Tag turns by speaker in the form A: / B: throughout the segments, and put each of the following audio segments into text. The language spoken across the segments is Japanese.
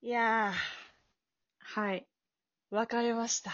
A: いや
B: はい。
A: ー、別れました。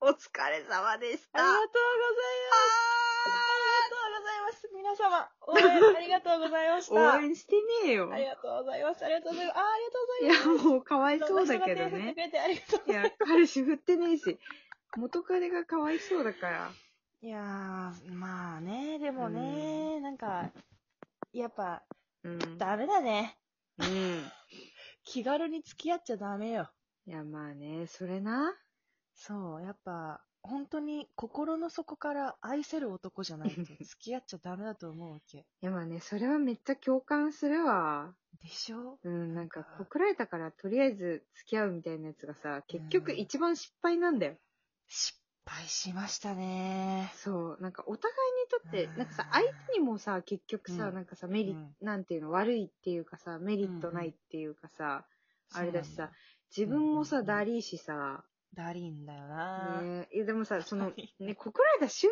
B: お疲れ様でし
A: ありがとうございます。ありがとうございます。 皆様、応援ありがとうございました。
B: 応援してねえよ。
A: ありがとうございます。ありがとうございます。あ
B: い
A: ーありが
B: や、
A: とうございます。
B: もうかわいそうだけ
A: い
B: ど
A: ろんな人が手振って
B: ね
A: く。れてありがとう
B: いや、彼氏振ってねえし、元彼がかわいそうだから。
A: いやー、まあね、でもね、なんか、やっぱ、
B: うん。
A: ダメだね。
B: うん。
A: 気軽に付き合っちゃダメよ。
B: いや、まあね、それな。
A: そう、やっぱ、本当に心の底から愛せる男じゃないと付き合っちゃダメだと思うわけ。
B: いや、まあね、それはめっちゃ共感するわ。
A: でしょ
B: うん、なんか、告られたから、とりあえず付き合うみたいなやつがさ、結局
A: うん
B: 一番失敗なんだよ。
A: 失敗しましたね。
B: そう、なんかお互いにとっ
A: うん
B: て、なんかさ、相手にもさ、結局さ、
A: うん
B: なんかさ、メリッ
A: うん
B: ト、なんていうの、悪いっていうかさ、メリットないっていうかさ、あれだしさ、自分も
A: うん
B: さ、
A: うん
B: ダリーしさ、
A: そうなんだ。ダリンだよな。
B: ね、いやでもさ、その、
A: はい
B: ね、告られた瞬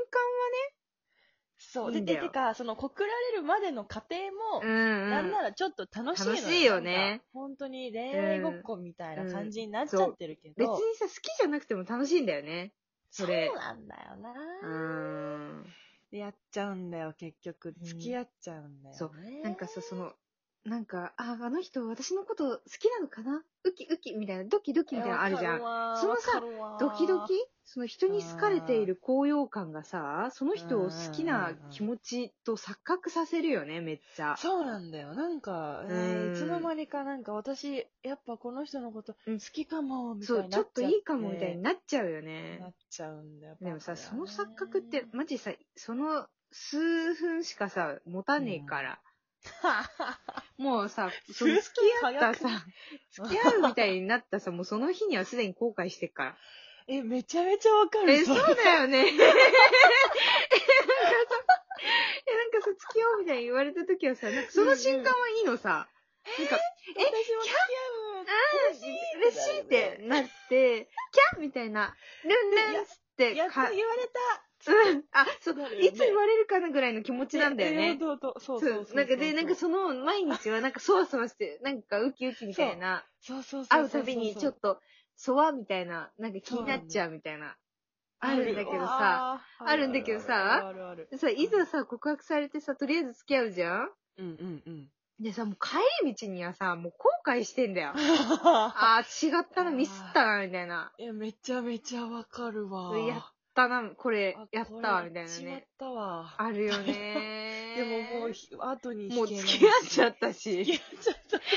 A: そう。
B: いい
A: で、
B: んだ
A: で、
B: よ
A: てか、その告られるまでの過程も、な
B: 間ね、
A: ん
B: うん、
A: ならちょっと楽しいの
B: 楽しいよね
A: なんか本当に恋愛ごっこみたいな感じになっちゃってるけ
B: 別
A: ど、
B: にさ、好きじゃなくても楽しいんだよね。
A: そ
B: そうれ
A: なんだよな、
B: うん。
A: でやっちゃうんだよ、結局。
B: うん
A: 付き合っちゃうんだよ、ね
B: そうなんかさ、その、なんか、あ、あの人、私のこと好きなのかなウキウキみたいな、ドキドキみたいなのあるじゃん。
A: ん
B: そのさ、ドキドキその人に好かれている高揚感がさ、その人を好きな気持ちと錯覚させるよね、めっちゃ。
A: そうなんだよ。なんか、えー
B: うん
A: いつの間にかなんか私、やっぱこの人のこと好
B: うん
A: きかも、みたい
B: そ
A: に
B: う、ち
A: な
B: ょ
A: っ
B: っと
A: ゃて
B: いいかもみたいになっちゃうよね
A: な。っちゃうんだよ。
B: でもさ、
A: バカ
B: そ
A: だよ
B: の
A: ね
B: 錯覚って、 マジさ、その数分しかさ、持たねえから。もうさ、その 付き合った
A: 数分
B: さ
A: 早、
B: 付き合うみたいになったさ、もうその日にはすでに後悔して っから。
A: え、めちゃめちゃわかる。
B: え、そうだよね。え、 なんかさ、え、なんかさ、付き合おうみたいに言われた時はさ、なんかその瞬間はいいのさ。なんか、
A: 私も付き合う。
B: 嬉しい嬉しいってなって、キャンみたいな、ルンルンっつって、
A: やっと言
B: か
A: われ
B: うん。あ、そう
A: なるよね
B: だ、いつ言われるかなぐらいの気持
A: た
B: ちなんだよね。
A: そうそう
B: そ
A: そうう。。
B: なんかで、なんかその毎日はなんかそわそわして、なんかウキウキみたいな、
A: そうそうそう。
B: 会うたびにちょっと、そわみたいな、なんか気になっちゃうみたいな、あるんだけどさ、
A: あー、
B: あるんだけどさ
A: あるある
B: さ、いざさ、告白されてさ、とりあえず付き合うじゃん
A: うんうん うん。
B: でさ、もう帰り道にはさ、もう後悔してんだよ。
A: あ
B: あー、違ったな、ミスったな、みたいな。
A: いや、めちゃめちゃわかるわ。
B: やったな、これ
A: あ、
B: やったわ、みた
A: これや
B: いな
A: っちまっ
B: ね。
A: たわ。
B: あるよね
A: でももうひ、後に
B: もう
A: 引け
B: 付
A: ない
B: き合っちゃった
A: 付
B: し、
A: き合っちゃっ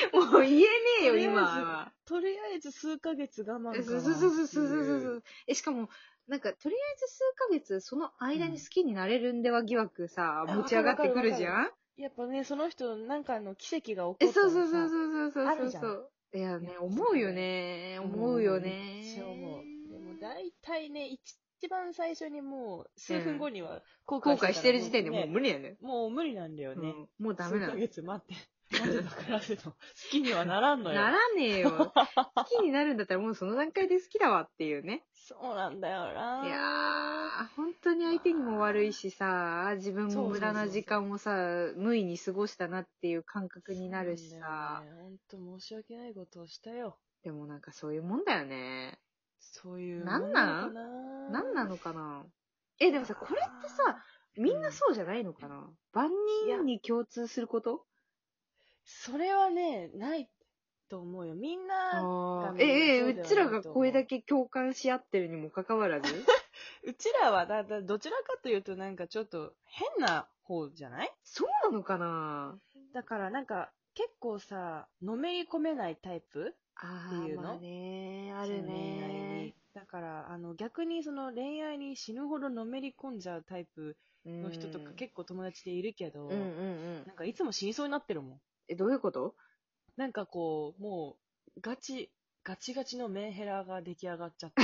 A: た。
B: もう言えねえよ、
A: とりあえず
B: 今は。
A: とりあえず数ヶ月我慢かな
B: そ
A: っ
B: う
A: てい
B: そうそうそうそうそう。え、しかも、なんか、とりあえず数ヶ月、その間に好きになれるんでは疑惑さ、
A: うん
B: 持ち上がってくるじゃん
A: やっぱね、その人、なんかの奇跡が起こった
B: え、
A: らさ
B: そうそうそうそうそう
A: あ
B: そ
A: る
B: う
A: じゃ
B: そ
A: ん
B: う。いやね、思うよね。思うよね。
A: そう思う。でも大体ね、一一番最初にもう数分後には後
B: 後
A: 悔
B: 悔してる時点でも
A: も
B: う
A: う、
B: 無理やね。
A: もう無理なんだよね。
B: うんもうダメな
A: 数
B: の
A: ヶ。月待って、待てと暮らせと、好きにはならんのよ。
B: ならねえ よ。好きになるんだったらもうその段階で好きだわっていうね。
A: そうなんだよ
B: い
A: な。
B: やー、本当に相手にも悪いしさ、自分も無駄な時間をさ、無意に過ごしたなっていう感覚になるしさ。
A: そうなんだよね。ほんと申し訳ないことをしたよ。
B: でもなんかそういうもんだよね。
A: そういうも
B: な
A: の
B: ん
A: かな。
B: なんなんな
A: の
B: のかなえ、でもさ、これってさ、みんなそうじゃないのかな万人に共通すること
A: それはね、ないと思うよ。みんな、
B: あ
A: ー
B: ーえ、え、
A: そうではないう
B: ちらがこれだけ共感し合ってるにもかかわらず
A: うちらはだ、だ、どちらかというとなんかちょっと変な方じゃない
B: そうなのかな
A: だからなんか結構さ、のめり込めないタイプ
B: あ
A: っていうの
B: ー、まあね、あ
A: その
B: る
A: 恋愛
B: ね
A: に。。だから、あの、逆にその恋愛に死ぬほどのめり込んじゃうタイプの
B: の
A: 人とか結構友達でいるけど、
B: 構うんうんうん
A: な。んかいつも死にそうになってるもん。
B: え、どういうこと
A: なんかこう、もう、ガチ、ガチガチのメンヘラが出来上がっちゃって。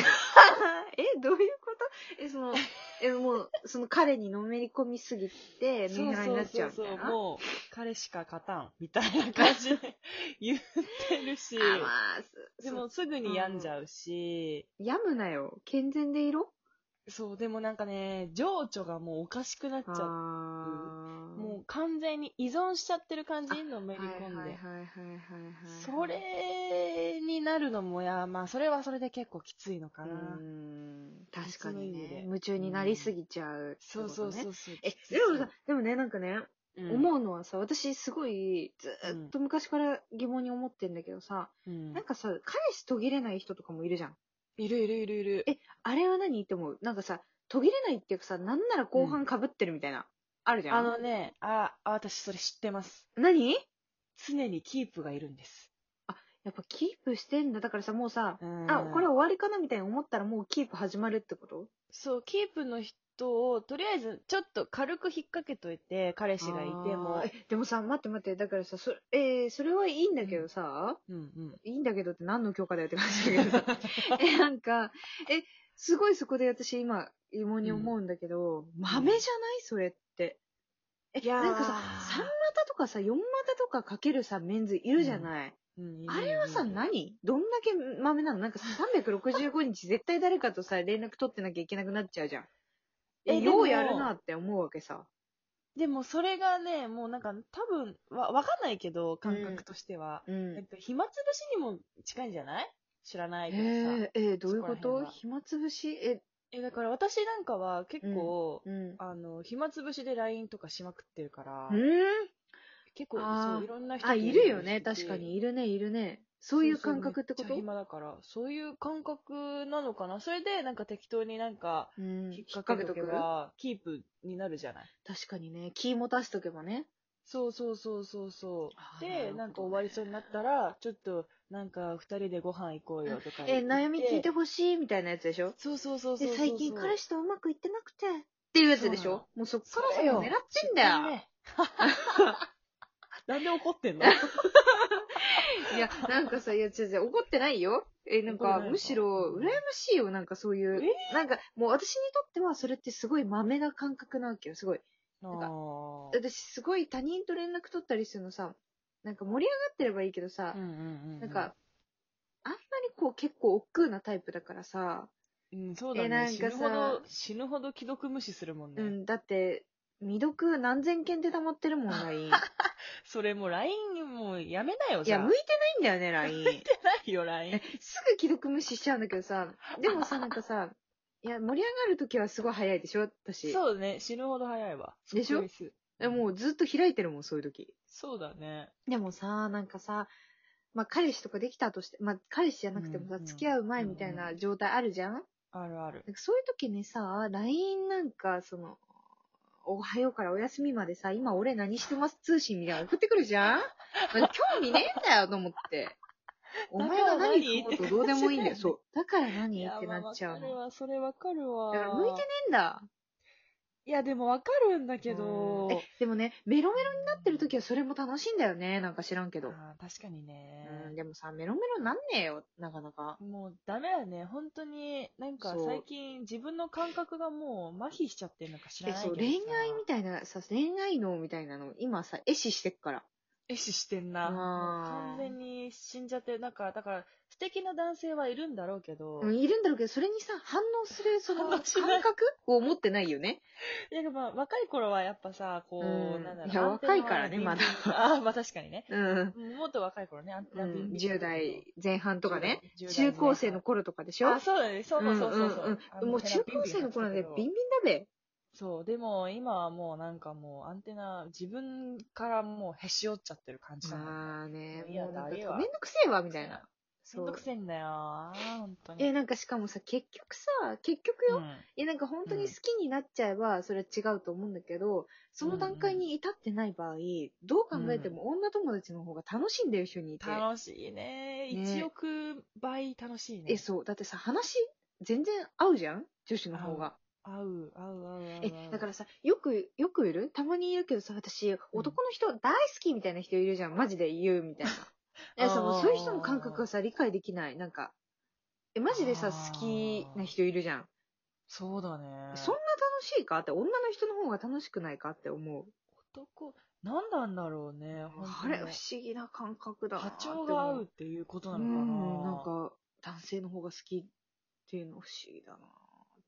B: え、どういうことえ、その、え、もう、その彼にのめり込みすぎて、 メンヘラになっちゃう み
A: そうそ
B: た
A: う
B: い
A: そう
B: な。
A: そう、もう、彼しか勝たん、みたいな感じで言ってるし、
B: あまあ、す
A: でもすぐに病んじゃうし、
B: やむなよ。健全でいろ
A: そう、でもなんかね、情緒がもうおかしくなっちゃ
B: あ
A: う。
B: ー
A: もう完全に依存しちゃってる感じのめり込んで。
B: はいはいはいはいはいはい。
A: それになるのもや、まあ、それはそれで結構きついのか
B: う
A: な。
B: ん確か
A: 別
B: に
A: の意味で
B: ね。夢中になりすぎちゃう、。
A: そうそうそううそう。
B: え
A: き、つい
B: でもさ、でもね、なんかね、
A: うん
B: 思うのはさ、私すごい、ずーっと昔から疑問に思ってんだけどさ、
A: うん
B: なんかさ、彼氏途切れない人とかもいるじゃん。
A: いるいるいるいる。
B: え、あれは何って思う。なんかさ、途切れないっていうかさ、なんなら後半被ってるみたいな。あるじゃん。
A: あのね、あ、あ私それ知ってます。
B: 何や
A: 常にキープがいるんです。
B: っぱキープしてんだ。だからさ、もうさ、あ、
A: あ
B: これ終わりかなみたいに思ったらもうキープ始まるってこと
A: そう、キープの人を、とりあえず、ちょっと軽く引っ掛けといて、彼氏がいても
B: あー。えでもさ、待って待って、だからさ、そ,、えーそれはいいんだけどさ、
A: うんうん。
B: いいんだけどって何の許可だよって感じだ けどさ。 え、なんか、え、すごいそこで私今疑問に思うんだけど、豆じゃないそれって。え、
A: いやー
B: なんかさ、3股とかさ、4股とかかけるさ、メンズいるじゃない、
A: うん
B: あれはさ、
A: いるいる
B: 何どんだけ豆なのなんかさ、365日絶対誰かとさ、連絡取ってなきゃいけなくなっちゃうじゃん。え、
A: えでも
B: ようやるなって思うわけさ。
A: でもそれがね、もうなんか多分、わ、わかんないけど、感覚としては。
B: う
A: えっ
B: ん。
A: と、暇つぶしにも近いんじゃない知らない
B: え
A: けどさ。
B: ー、えーどういう
A: そこ
B: こ
A: ら辺
B: と
A: は
B: 暇つぶしえ、
A: え、だから私なんかは結構、
B: うん。
A: あの、暇つぶしで LINE とかしまくってるから、
B: うん
A: 結構、
B: あー
A: そう、いろんな人と
B: あ、いるよ
A: 連
B: ね。
A: 絡して
B: 確
A: て
B: か。に、いるね、いるね。そういう感覚ってこ
A: そうそ
B: と
A: うめっちゃ暇だから、そういう感覚なのかな。それで、なんか適当になんか、
B: うん
A: 引
B: 引
A: っ
B: っ
A: 掛
B: 掛
A: け
B: け
A: と
B: と
A: け
B: け
A: ば、キープになるじゃない。
B: 確かにね、気持たしとけばね。
A: そうそうそうそうそ
B: あ
A: う。
B: ー
A: で、なんか終わりそうになったら、ちょっと、なんか、二人でご飯行こうよとか言って。
B: え、悩み聞いてほしいみたいなやつでしょ
A: そうそうそうそう
B: え、
A: そう。
B: 最近彼氏とうまくいってなくて。っていうやつでし
A: そうな
B: ょもうそっか
A: そ
B: ら
A: う
B: そ
A: よ
B: こ狙ってんだよ。
A: ね なんで怒ってんの
B: いや、なんかさ、いや、違う違う、怒ってないよ。え、なん
A: 怒って
B: か、
A: ないの
B: むしろ、
A: うん
B: 羨ましいよ、なんかそういう。
A: え
B: なんか、もう私にとっては、それってすごい豆な感覚なわけよ、すごい。んか
A: あー
B: 私、すごい他人と連絡取ったりするのさ、なんか盛り上がってればいいけどさ
A: う、んうんうん。
B: なんか、、あんまりこう結構億劫なタイプだからさ、
A: うん、そうだ
B: えな
A: ね。
B: ん
A: 死
B: か
A: ぬ
B: さ
A: ほど、死ぬほど既読無視するもんね。
B: うん、だって、未読何千件で溜まってるもん、LINE。
A: それもう LINE もうやめなよ、
B: い
A: じゃ
B: や、
A: あ。
B: 向いてないんだよね、LINE。
A: てないよ、LINE。
B: すぐ既読無視しちゃうんだけどさ、でもさ、なんかさ、いや、盛り上がるときはすごい早いでしょ、私。
A: そうね、死ぬほど早いわ。
B: でしょ
A: 即日
B: でもうずっと開いてるもん、そういうとき。
A: そうだね。
B: でもさ、なんかさ、まあ、彼氏とかできたとして、まあ、彼氏じゃなくてもさ、
A: うんうん
B: 付き合う前みたいな状態あるじゃん、
A: あるある。
B: なんかそういう時にさ、LINE なんか、その、おはようからお休みまでさ、今俺何してます通信みたいなの送ってくるじ ゃんまあ興味ねえんだよと思って。お前は何食おうとどうでもいいんだよ。そう。だから
A: い
B: 何
A: や
B: ってなっちゃうの。
A: まあそれわかるわ、それわ
B: だから
A: かるわ。
B: 向いてねえんだ。
A: いや、でもわかるんだけど。
B: え、でもね、メロメロになってる時はそれも楽しいんだよね。なんか知らんけど。
A: あー確かにね。
B: うん、でもさ、メロメロなんねえよ、なかなか。
A: もうダメだね。本当に、なんか
B: そう
A: 最近自分の感覚がもう麻痺しちゃってるのか知ら
B: え、
A: ないけ
B: そ
A: ど
B: う、
A: さ。
B: 恋愛みたいな、さ、恋愛脳みたいなの、今さ、壊死してっから。
A: えししてんな。
B: あー
A: もう完全に死んじゃってる。なんか、だから素敵な男性はいるんだろうけど、
B: うんいるんだろうけど、それにさ、反応する、その、
A: 反
B: 感
A: 応しない
B: 覚を持ってないよね。
A: なんかまあ若い頃はやっぱさ、こう、
B: うん
A: なんだろう。
B: いや
A: アンテナ
B: 若いからね
A: が
B: まだ
A: ビンビンああ、まあ確かにね。
B: うん。
A: うんもっと若い頃ね、アンテナビンビン
B: 10代前半とかね。
A: 10代前
B: 中
A: 半
B: 高生の頃とかでしょ
A: あ、そうだね。そうそうそうそう。
B: ん
A: あ
B: うん
A: の
B: もう中高生の頃なんでビンビンだべ。
A: そう、でも今はもうなんかもうアンテナ、自分からもうへし折っちゃってる感じだもんね。
B: まあね、
A: いや
B: もうなんか
A: だ
B: め
A: い
B: ん
A: や
B: どくせえわ、みたいな。
A: め
B: そ
A: んど
B: う
A: く。せえんだよ。あー本当に。
B: え、なんかしかもさ、結局さ、結局
A: う
B: よ、
A: ん
B: え、なんか本当に好きになっちゃえば、それは違うと思うんだけど、その段階に至ってない場合、どう考えても女友達の方が楽しんでる人にいて。
A: 楽しいね。
B: ね
A: 1億倍楽しいね。
B: え、そう。だってさ、話、全然合うじゃん女子の方が。
A: 合う、合う、合う、合う。
B: え、だからさ、よく、よくいるたまにいるけどさ、私、男の人大好きみたいな人いるじゃん。マジで言うみ たいな。え、そ
A: あー
B: の、そういう人の感覚がさ、理解できない。なんか、え、マジで
A: あ
B: さ、
A: ー
B: 好きな人いるじゃん。
A: そうだね。
B: そんな楽しいかって、女の人の方が楽しくないかって思う。
A: 男、何なんだろうね。本
B: あ
A: 当に
B: れ、不思議な感覚だなっ
A: 波
B: て思
A: 長が合うっていうことなのかな。
B: うん、なんか、男性の方が好きっていうの不思議だな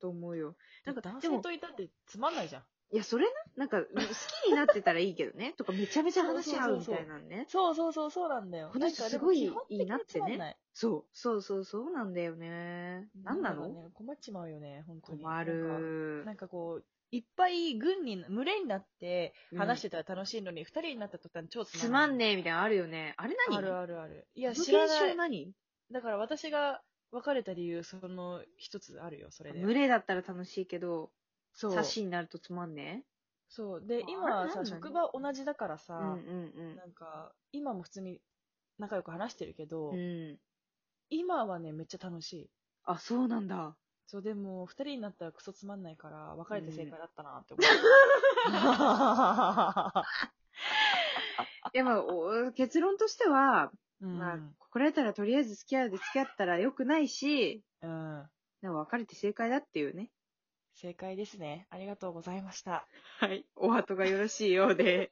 B: と思うよ。
A: な
B: なんん
A: か
B: か
A: 男
B: で
A: 性
B: も
A: といたってつまんないじゃん。
B: いや、それな、なんか、好きになってたらいい けどね。とか、めちゃめちゃ話し合うみたいなのね。
A: そうそうそう、そうなんだよ。
B: この人すごいいいなっ
A: な
B: てね
A: んかでも基本的につまんない。
B: そう、そうそう、そうなんだよね。なんなの
A: だろうね困っちまうよね、本当に。
B: 困
A: なんか。
B: る。
A: なんかこう、いっぱい軍に、群れになって話してたら楽しいのに、二、人になった途端超
B: つ
A: つま
B: ま
A: ん
B: ん
A: ない。
B: ねえみたいなのあるよね。あれ何
A: あるあるある。い
B: い
A: や、知らない。
B: 何
A: だから私が別れた理由、その一つあるよ、それで。
B: 群れだったら楽しいけど、
A: そう。
B: 差しになるとつまんね
A: そう。で、
B: ああ
A: 今
B: れなん
A: さ、
B: だ
A: 職場同じだから
B: え。う
A: さ、
B: ん
A: なんか、今も普通に仲良く話してるけど、
B: うんうん。うん。
A: 今はね、めっちゃ楽しい。
B: あ、そうなんだ。
A: そう、でも、二人になったらクソつまんないから、別れて正解だったなって思った。
B: でも、お結論としては、
A: うん。
B: まあ、これだったらとりあえず付き合うで付き合ったら良くないし、
A: うん。
B: でも別れて正解だっていうね。
A: 正解ですね。ありがとうございました。
B: はい。お後がよろしいようで。